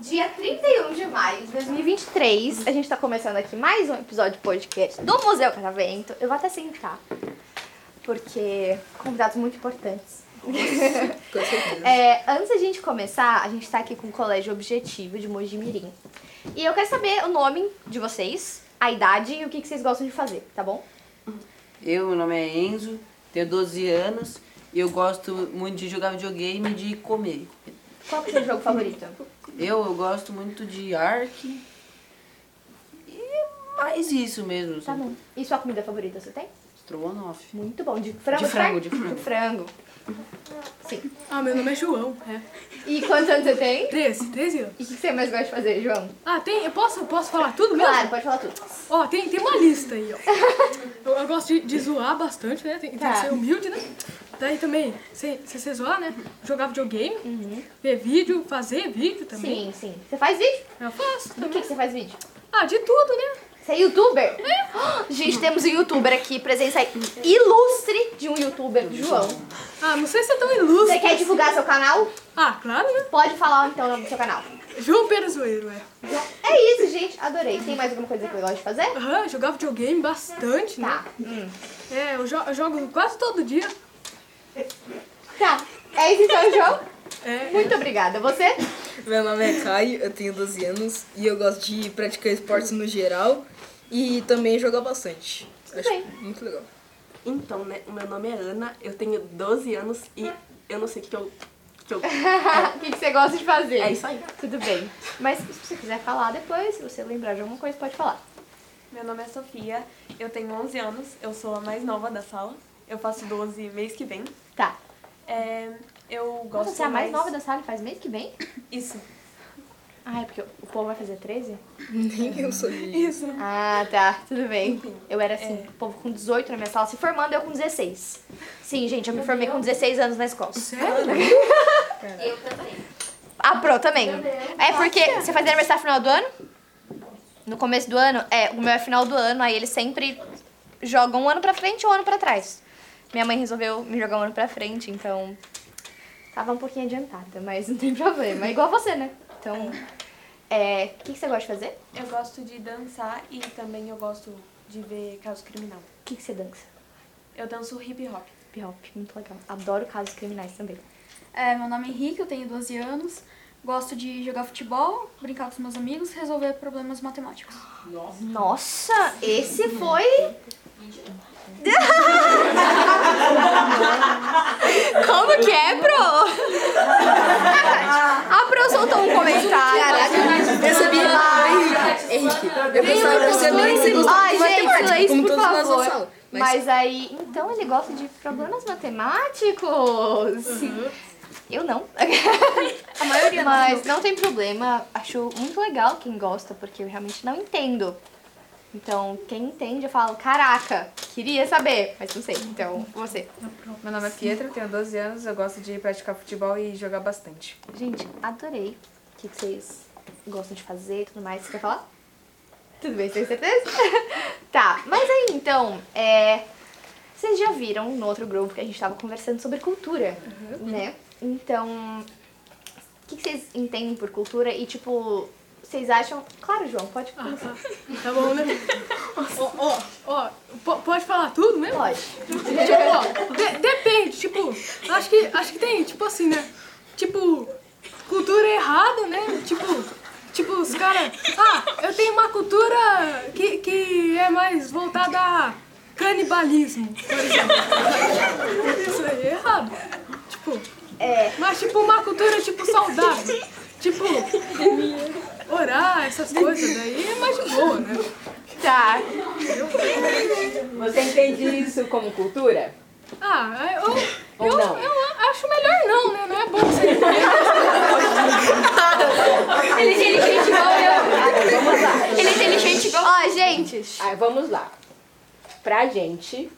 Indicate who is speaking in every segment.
Speaker 1: Dia 31 de maio de 2023, a gente tá começando aqui mais um episódio de podcast do Museu Catavento. Eu vou até sentar, porque convidados muito importantes.
Speaker 2: Com certeza.
Speaker 1: É, antes da gente começar, a gente tá aqui com o Colégio Objetivo de Mojimirim. E eu quero saber o nome de vocês, a idade e o que, que vocês gostam de fazer, tá bom?
Speaker 2: Eu, meu nome é Enzo, tenho 12 anos e eu gosto muito de jogar videogame e de comer.
Speaker 1: Qual que é o seu jogo favorito?
Speaker 2: Eu, eu gosto muito de Ark e mais isso mesmo.
Speaker 1: Tá bom. E sua comida favorita você tem?
Speaker 2: Strogonoff.
Speaker 1: Muito bom. De frango?
Speaker 2: De frango,
Speaker 1: certo?
Speaker 2: de frango.
Speaker 1: Sim.
Speaker 3: Ah, meu nome é João, é.
Speaker 1: E quantos anos você tem?
Speaker 3: 13, 13 anos.
Speaker 1: E o que você mais gosta de fazer, João?
Speaker 3: Ah, tem. Eu posso, posso falar tudo mesmo?
Speaker 1: Claro, pode falar tudo.
Speaker 3: Ó, tem, tem uma lista aí, ó. Eu, eu gosto de, de zoar bastante, né? Tem, tem
Speaker 1: Tá.
Speaker 3: que ser humilde, né? Daí também, se se você zoar, né? Jogar videogame, ver vídeo, fazer vídeo também.
Speaker 1: Uhum. Sim, sim. Você faz vídeo?
Speaker 3: Eu faço
Speaker 1: Do que,
Speaker 3: também.
Speaker 1: que você faz vídeo?
Speaker 3: Ah, de tudo, né?
Speaker 1: Você é youtuber? Gente, temos um youtuber aqui, presença ilustre de um youtuber, João.
Speaker 3: Ah, não sei se é tão
Speaker 1: Você
Speaker 3: ilustre.
Speaker 1: quer divulgar seu canal?
Speaker 3: Ah, claro, né?
Speaker 1: Pode falar então o nome do seu canal.
Speaker 3: João Pedro Zoeiro, é.
Speaker 1: É isso, gente. Adorei. Tem mais alguma coisa que eu gosto de fazer?
Speaker 3: Aham, jogar videogame bastante,
Speaker 1: Tá.
Speaker 3: né?
Speaker 1: Hum.
Speaker 3: É, eu, jo- eu jogo quase todo dia.
Speaker 1: Tá. É isso então, João.
Speaker 3: É,
Speaker 1: Muito obrigada. Você?
Speaker 4: Meu nome é Caio, eu tenho 12 anos e eu gosto de praticar esportes no geral e também jogar bastante. Eu acho
Speaker 1: bem.
Speaker 4: muito legal.
Speaker 5: Então, né, o meu nome é Ana, eu tenho 12 anos e eu não sei o que que eu... Que eu é,
Speaker 1: o que, que você gosta de fazer?
Speaker 5: é isso aí.
Speaker 1: Tudo bem. Mas se você quiser falar depois, se você lembrar de alguma coisa, pode falar.
Speaker 6: Meu nome é Sofia, eu tenho 11 anos, eu sou a mais nova da sala, eu faço 12 mês que vem.
Speaker 1: Tá.
Speaker 6: É, eu gosto
Speaker 1: Nossa, você é a mais nova da sala e faz mês que vem?
Speaker 6: Isso,
Speaker 1: Ah, é porque o povo vai fazer 13?
Speaker 4: Nem eu sou de...
Speaker 6: isso.
Speaker 1: Ah, tá. Tudo bem. Eu era assim, o povo com 18 na minha sala se formando, eu com 16. Sim, gente, eu me formei com 16 anos na escola.
Speaker 3: sério?
Speaker 1: Ah, pronto, também. É porque você faz aniversário no final do ano? No começo do ano? É, o meu é final do ano, aí eles sempre jogam um ano pra frente ou um ano pra trás. Minha mãe resolveu me jogar um ano pra frente, então. Tava um pouquinho adiantada, mas não tem problema. É igual você, né? Então. É. O que, que você gosta de fazer?
Speaker 6: Eu gosto de dançar e também eu gosto de ver caso criminal.
Speaker 1: O que, que você dança?
Speaker 6: Eu danço hip hop.
Speaker 1: Hip hop, muito legal. Adoro casos criminais também.
Speaker 7: É, meu nome é Henrique, eu tenho 12 anos, gosto de jogar futebol, brincar com os meus amigos, resolver problemas matemáticos.
Speaker 1: Nossa, esse foi. Como que é, Pro? A Pro soltou um comentário.
Speaker 4: Eu sabia... Henrique, eu pensava que você também você gostava
Speaker 1: Ai,
Speaker 4: de
Speaker 1: gente,
Speaker 4: matemática,
Speaker 1: silêncio,
Speaker 4: como
Speaker 1: por
Speaker 4: todos nós na
Speaker 1: favor.
Speaker 4: sala. Mas,
Speaker 1: Mas aí, então ele gosta de problemas matemáticos. Eu não. A maioria Uhum. Mas não tem problema. Acho muito legal quem gosta, porque eu realmente não entendo. Então, quem entende, eu falo, caraca, queria saber, mas não sei. Então, você.
Speaker 8: Meu nome é Pietra, tenho 12 anos, eu gosto de praticar futebol e jogar bastante.
Speaker 1: Gente, adorei. O que que vocês gostam de fazer e tudo mais. Você quer falar? Tudo bem, você tem certeza? tá, mas aí então, é, vocês já viram no outro grupo que a gente tava conversando sobre cultura, né? Então, o que, que vocês entendem por cultura e tipo, vocês acham. Claro, João, pode.
Speaker 3: Ah, tá. Tá bom, né? Ó, ó, ó, po- pode falar tudo mesmo?
Speaker 1: Pode.
Speaker 3: Tipo, ó, de- depende, tipo, acho que, acho que tem, tipo assim, né? Tipo, cultura errada, né? Tipo, tipo, os caras. Ah, eu tenho uma cultura que, que é mais voltada a canibalismo, por exemplo. Isso aí é errado. Tipo.
Speaker 1: É.
Speaker 3: Mas tipo uma cultura tipo saudável. tipo, orar, essas coisas daí é mais de boa, né?
Speaker 1: Tá.
Speaker 9: Você entende isso como cultura?
Speaker 3: Ah, eu,
Speaker 9: Ou
Speaker 3: eu,
Speaker 9: não?
Speaker 3: eu acho melhor não, né? Não é bom você
Speaker 1: Ele é inteligente igual eu. Ele é inteligente igual. Ó, gente.
Speaker 9: Ah, vamos lá. Pra gente,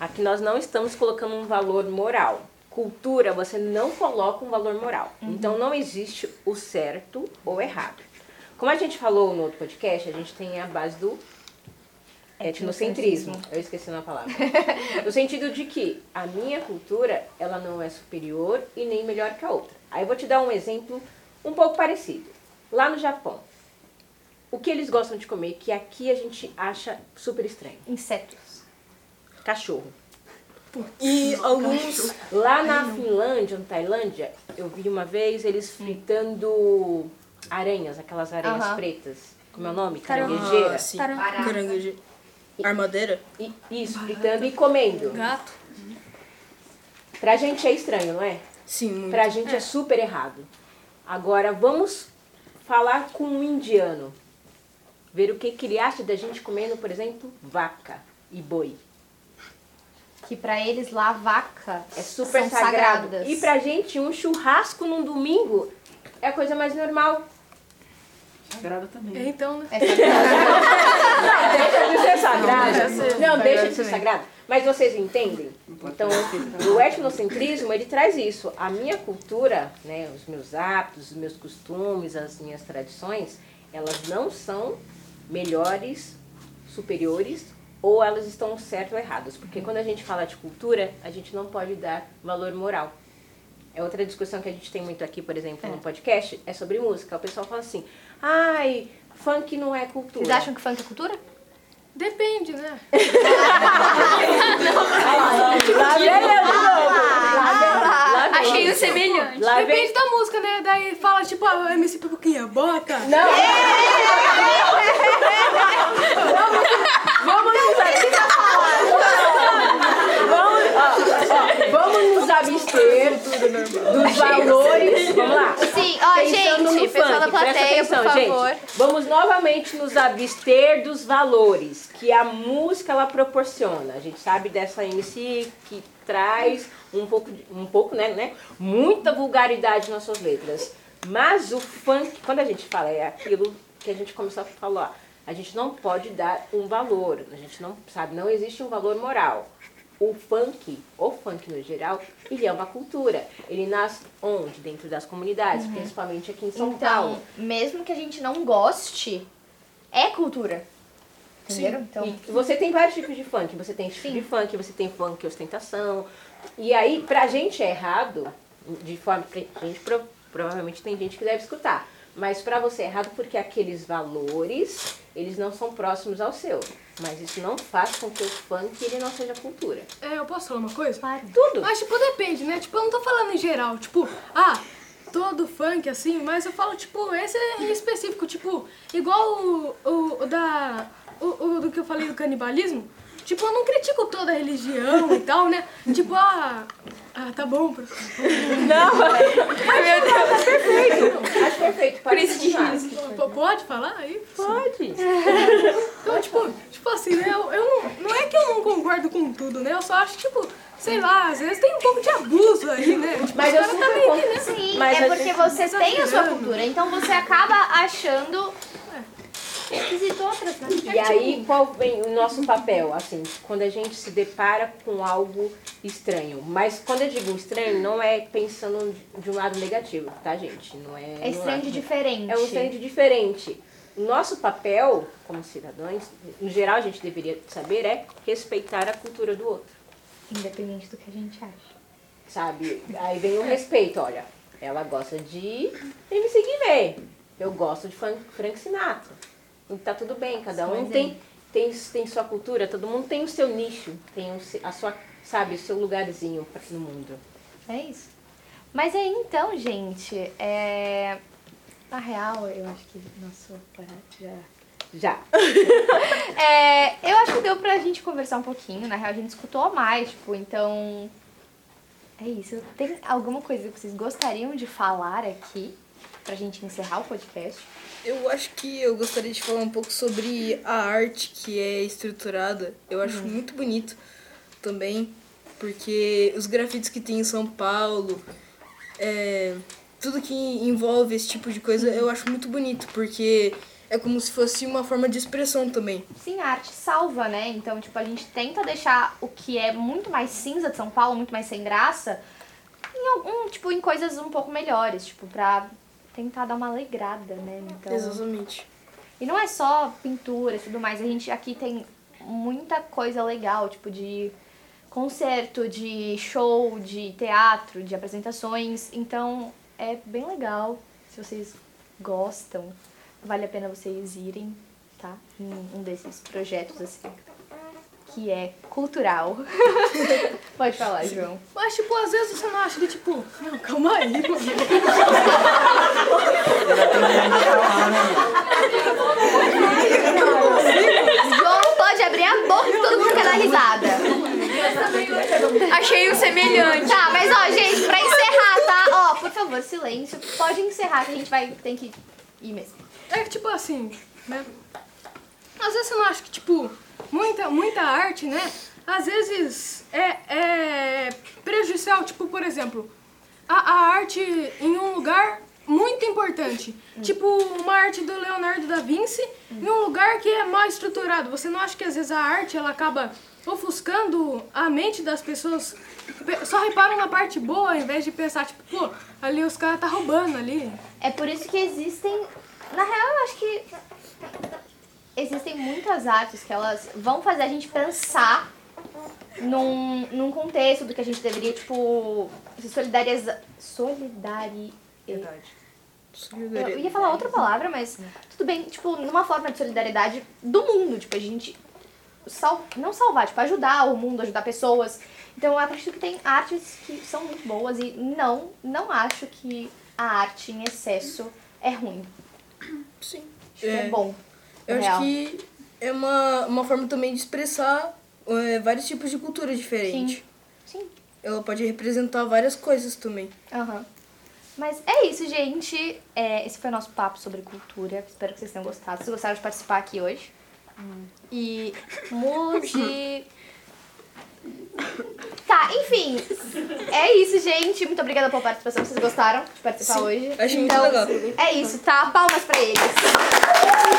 Speaker 9: aqui nós não estamos colocando um valor moral. Cultura, você não coloca um valor moral. Então não existe o certo ou errado. Como a gente falou no outro podcast, a gente tem a base do etnocentrismo. Eu esqueci uma palavra. no sentido de que a minha cultura, ela não é superior e nem melhor que a outra. Aí eu vou te dar um exemplo um pouco parecido. Lá no Japão, o que eles gostam de comer que aqui a gente acha super estranho?
Speaker 1: Insetos.
Speaker 9: Cachorro.
Speaker 4: E alguns.
Speaker 9: Lá na Finlândia, na Tailândia, eu vi uma vez eles fritando aranhas, aquelas aranhas
Speaker 1: Aham.
Speaker 9: pretas. Como é o nome?
Speaker 7: Caramba.
Speaker 9: Caranguejeira.
Speaker 4: Ah, sim.
Speaker 7: Taran-
Speaker 4: Caranguejo. Armadeira?
Speaker 9: E, isso, fritando e comendo.
Speaker 3: Gato.
Speaker 9: Pra gente é estranho, não é?
Speaker 4: Sim, muito.
Speaker 9: Pra gente é super errado. Agora vamos falar com um indiano. Ver o que, que ele acha da gente comendo, por exemplo, vaca e boi.
Speaker 1: Que pra eles lá, vaca
Speaker 9: É super
Speaker 1: são
Speaker 9: sagrado.
Speaker 1: sagradas.
Speaker 9: E pra gente, um churrasco num domingo é a coisa mais normal.
Speaker 2: Sagrado também.
Speaker 3: É, então, né?
Speaker 1: É sagrado.
Speaker 9: Deixa de ser sagrado. assim.
Speaker 3: ser.
Speaker 9: Não, deixa de ser sagrado. Mas vocês entendem? Então, o etnocentrismo, ele traz isso. A minha cultura, né, os meus hábitos, os meus costumes, as minhas tradições, elas não são melhores, superiores, ou elas estão certas ou erradas. Porque quando a gente fala de cultura, a gente não pode dar valor moral. É outra discussão que a gente tem muito aqui, por exemplo, no podcast, é sobre música. O pessoal fala assim, ai, funk não é cultura.
Speaker 1: Vocês acham que funk é cultura?
Speaker 3: Depende, né?
Speaker 9: Lá vem eu Ah, de novo. Lá vem-
Speaker 7: Achei o semelhante.
Speaker 9: Lá vem.
Speaker 3: Depende da música, né? Daí fala, tipo, a MC Pipoquinha, é? bota.
Speaker 9: Não! Vamos, vamos nos abster. Vamos, ó, ó, vamos nos abster dos valores. Vamos lá.
Speaker 1: Sim, ó,
Speaker 9: Pensando no
Speaker 1: gente, pessoal da
Speaker 9: funk, presta
Speaker 1: plateia,
Speaker 9: atenção,
Speaker 1: por
Speaker 9: gente.
Speaker 1: favor.
Speaker 9: Vamos novamente nos abster dos valores que a música ela proporciona. A gente sabe dessa MC que traz um pouco, de- um pouco né, né, muita vulgaridade nas suas letras. Mas o funk, quando a gente fala, é aquilo que a gente começou a falar. A gente não pode dar um valor, a gente não sabe, não existe um valor moral. O funk, o funk no geral, ele é uma cultura. Ele nasce onde? Dentro das comunidades, principalmente aqui em São Paulo.
Speaker 1: Então, mesmo que a gente não goste, é cultura. Entenderam? Então,
Speaker 9: E você tem vários tipos de funk. Você tem tipo de funk, você tem funk ostentação. E aí, pra gente é errado, de forma que a gente pro- provavelmente tem gente que deve escutar. Mas pra você é errado porque aqueles valores, eles não são próximos ao seu. Mas isso não faz com que o funk ele não seja cultura.
Speaker 3: É, eu posso falar uma coisa?
Speaker 9: Tudo.
Speaker 3: Mas, tipo, depende, né? Tipo, eu não tô falando em geral. Tipo, ah, todo funk, assim, mas eu falo, tipo, esse é em específico. Tipo, igual o, o, o da... O, o do que eu falei do canibalismo. Tipo, eu não critico toda a religião e tal, né? Tipo, ah... Ah, tá bom, professor.
Speaker 9: Acho perfeito. Pode continuar.
Speaker 3: P- Pode falar aí?
Speaker 9: Pode.
Speaker 3: Então, tipo, tipo assim, né? Eu, eu não, não é que eu não concordo com tudo, né? Eu só acho, tipo, sei lá, às vezes tem um pouco de abuso aí, né? Tipo,
Speaker 9: Mas
Speaker 3: os
Speaker 9: eu
Speaker 3: caras
Speaker 1: tá
Speaker 9: super
Speaker 3: também
Speaker 9: concordo.
Speaker 3: que, né?
Speaker 1: sim,
Speaker 9: Mas
Speaker 1: é
Speaker 9: a
Speaker 1: porque
Speaker 9: gente-
Speaker 1: vocês têm a sua cultura, então você acaba achando esquisito É. outras, né?
Speaker 9: E aí, qual vem o nosso papel, assim, quando a gente se depara com algo estranho? Mas quando eu digo estranho, não é pensando de um lado negativo, tá, gente? Não é.
Speaker 1: É estranho de
Speaker 9: não
Speaker 1: diferente.
Speaker 9: é um incêndio diferente. Nosso papel, como cidadãos, no geral a gente deveria saber, é respeitar a cultura do outro,
Speaker 1: Independente do que a gente acha.
Speaker 9: sabe? Aí vem o respeito, olha, ela gosta de MC Guimê, eu gosto de Frank, Frank Sinatra. E tá tudo bem, cada um
Speaker 1: Mas
Speaker 9: tem, tem, tem sua cultura, todo mundo tem o seu nicho, tem o se- a sua, sabe, o seu lugarzinho pra- no mundo.
Speaker 1: É isso. Mas aí então, gente, é. Na real, eu acho que nosso horário já
Speaker 9: Já.
Speaker 1: É, eu acho que deu pra gente conversar um pouquinho. Na real, a gente escutou mais, tipo, então. É isso. Tem alguma coisa que vocês gostariam de falar aqui? Pra gente encerrar o podcast?
Speaker 4: Eu acho que eu gostaria de falar um pouco sobre a arte que é estruturada. Eu acho
Speaker 1: Uhum.
Speaker 4: muito bonito também, porque os grafites que tem em São Paulo, é, tudo que envolve esse tipo de coisa,
Speaker 1: Uhum.
Speaker 4: eu acho muito bonito, porque é como se fosse uma forma de expressão também.
Speaker 1: Sim, a arte salva, né? Então, tipo, a gente tenta deixar o que é muito mais cinza de São Paulo, muito mais sem graça, em algum, tipo, em coisas um pouco melhores, tipo, pra tentar dar uma alegrada, né? Então,
Speaker 4: Exatamente.
Speaker 1: e não é só pintura e tudo mais, a gente aqui tem muita coisa legal, tipo de concerto, de show, de teatro, de apresentações. Então é bem legal. Se vocês gostam, vale a pena vocês irem, tá? Em um desses projetos assim. Que é cultural. Pode falar, João.
Speaker 3: Mas, tipo, às vezes você não acha que, tipo, não, calma aí, pô.
Speaker 1: João pode abrir a boca e todo mundo quer dar risada.
Speaker 7: Achei um semelhante.
Speaker 1: Tá, mas ó, gente, pra encerrar, tá? Ó, por favor, silêncio. Pode encerrar que a gente vai tem que ir mesmo.
Speaker 3: É que, tipo assim, né? Às vezes você não acha que, tipo, muita, muita arte, né? Às vezes é, é prejudicial, tipo, por exemplo, a, a arte em um lugar muito importante. Tipo, uma arte do Leonardo da Vinci em um lugar que é mal estruturado. Você não acha que às vezes a arte ela acaba ofuscando a mente das pessoas? Pe- Só reparam na parte boa, ao invés de pensar, tipo, pô, ali os caras tá roubando ali.
Speaker 1: É por isso que existem, na real, eu acho que existem muitas artes que elas vão fazer a gente pensar num, num contexto do que a gente deveria, tipo, se solidarizar. Solidari... Eu ia falar
Speaker 4: Hum.
Speaker 1: outra palavra, mas tudo bem, tipo, numa forma de solidariedade do mundo, tipo, a gente sal... não salvar, tipo, ajudar o mundo, ajudar pessoas. Então eu acredito que tem artes que são muito boas e não, não acho que a arte em excesso é ruim.
Speaker 4: Sim.
Speaker 1: Acho que é
Speaker 4: É.
Speaker 1: bom.
Speaker 4: Eu
Speaker 1: real.
Speaker 4: acho que é uma, uma forma também de expressar é, vários tipos de cultura diferente.
Speaker 1: Sim.
Speaker 4: Ela pode representar várias coisas também.
Speaker 1: Aham. Mas é isso, gente. É, esse foi o nosso papo sobre cultura. Espero que vocês tenham gostado. Vocês gostaram de participar aqui hoje. E música. tá, enfim. É isso, gente. Muito obrigada pela participação. Vocês gostaram de participar hoje?
Speaker 4: achei muito legal.
Speaker 1: É isso, tá? Palmas pra eles.